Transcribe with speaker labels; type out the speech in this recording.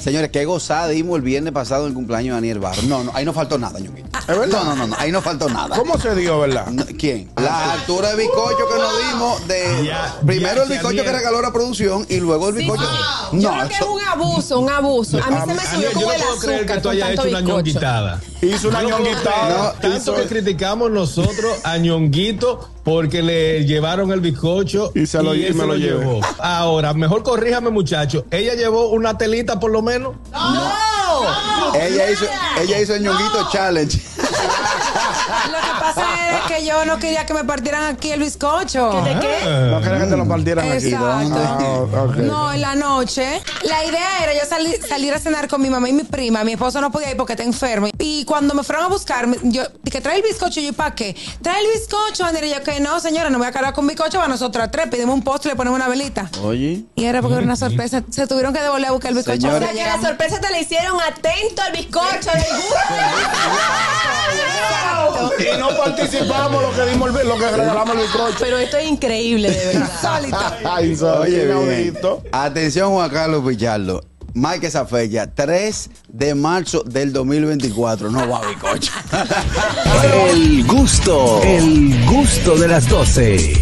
Speaker 1: Señores, qué gozada dimos el viernes pasado en el cumpleaños de Daniel Barro. No, no, ahí no faltó nada, Ñonguito. No, no, no, no, ahí no faltó nada.
Speaker 2: Ah, ¿Cómo se dio, verdad?
Speaker 1: No, ¿Quién? La altura de bizcocho que nos dimos de
Speaker 2: Ah, Ya,
Speaker 1: primero
Speaker 2: ya,
Speaker 1: el
Speaker 2: ya,
Speaker 1: bizcocho
Speaker 2: bien.
Speaker 1: que regaló la producción y luego el
Speaker 3: Sí,
Speaker 1: bizcocho.
Speaker 3: sí. Yo creo que es
Speaker 1: eso-
Speaker 3: un abuso, un abuso. A mí se me
Speaker 4: A mí-
Speaker 3: subió
Speaker 4: Ah, yo
Speaker 3: como
Speaker 4: no
Speaker 3: el
Speaker 4: puedo creer que tú
Speaker 3: azúcar con
Speaker 4: hayas
Speaker 3: tanto
Speaker 4: hecho una
Speaker 3: bizcocho.
Speaker 4: ñonguitada.
Speaker 2: Hizo una
Speaker 4: Yo no puedo creer.
Speaker 2: ñonguitada.
Speaker 4: Tanto que criticamos nosotros a Ñonguito porque le llevaron el bizcocho
Speaker 2: Y se lo- y
Speaker 4: él
Speaker 2: me
Speaker 4: se
Speaker 2: lo llevé.
Speaker 4: llevó. Ahora, mejor corríjame, muchacho. Ella llevó una telita por lo menos.
Speaker 1: Ella hizo, ella hizo el ñonguito challenge.
Speaker 3: Lo que pasa es que yo no quería que me partieran aquí el bizcocho.
Speaker 5: ¿De qué?
Speaker 2: No quería que te lo partieran aquí.
Speaker 3: Exacto.
Speaker 2: Ah, ok.
Speaker 3: No, en la noche. La idea era yo sali- salir a cenar con mi mamá y mi prima. Mi esposo no podía ir porque está enfermo. Y cuando me fueron a buscar, me- yo, que trae el bizcocho. Y yo, ¿para qué? Trae el bizcocho, Andrea. Y yo, que no, señora, no voy a cargar con bizcocho para nosotras tres. Pedimos un postre y le ponemos una velita.
Speaker 1: Oye.
Speaker 3: Y era porque era una sorpresa. Se tuvieron que devolver a buscar el bizcocho.
Speaker 1: Señores.
Speaker 3: O sea,
Speaker 5: Que la
Speaker 3: llegamos-
Speaker 5: sorpresa te la hicieron atento al bizcocho del gusto.
Speaker 2: Y no participamos lo que dimos el, lo que regalamos el bizcocho.
Speaker 5: Pero esto es increíble, de verdad.
Speaker 2: Ay,
Speaker 1: Oye,
Speaker 2: Oye,
Speaker 1: bien. Atención, Juan Carlos Pichardo. Marque esa fecha, 3 de marzo del 2024. No va bizcocho.
Speaker 6: El gusto, el gusto de las 12.